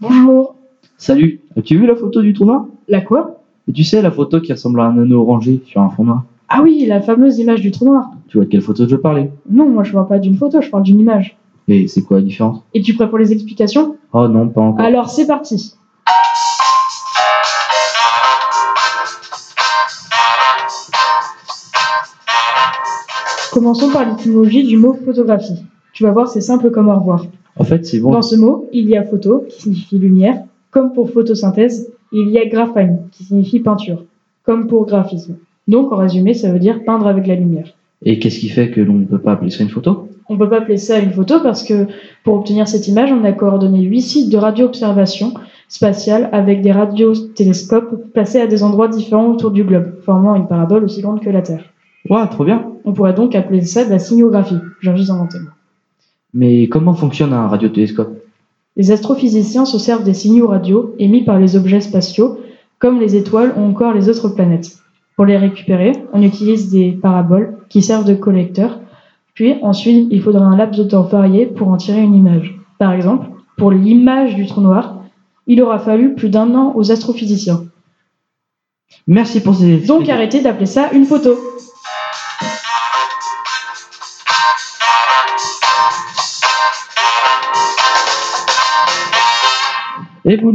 Bonjour. Salut, as-tu vu la photo du trou noir La quoi Et tu sais, la photo qui ressemble à un anneau orangé sur un fond noir. Ah oui, la fameuse image du trou noir. Tu vois de quelle photo je parlais Non, moi je parle pas d'une photo, je parle d'une image. Et c'est quoi la différence Et tu prêt pour les explications Oh non, pas encore. Alors c'est parti. Commençons par l'étymologie du mot photographie. Tu vas voir, c'est simple comme au revoir. En fait, c'est bon. Dans ce mot, il y a photo, qui signifie lumière. Comme pour photosynthèse, il y a graphème, qui signifie peinture. Comme pour graphisme. Donc, en résumé, ça veut dire peindre avec la lumière. Et qu'est-ce qui fait que l'on ne peut pas appeler ça une photo On ne peut pas appeler ça une photo parce que pour obtenir cette image, on a coordonné huit sites de radio-observation spatiale avec des radiotélescopes placés à des endroits différents autour du globe, formant une parabole aussi grande que la Terre. Ouah, trop bien On pourrait donc appeler ça de la signographie. J'ai juste inventé. Mais comment fonctionne un radiotélescope Les astrophysiciens se servent des signaux radio émis par les objets spatiaux, comme les étoiles ou encore les autres planètes. Pour les récupérer, on utilise des paraboles qui servent de collecteurs, puis ensuite il faudra un laps de temps varié pour en tirer une image. Par exemple, pour l'image du trou noir, il aura fallu plus d'un an aux astrophysiciens. Merci pour ces Donc arrêtez d'appeler ça une photo. Et vous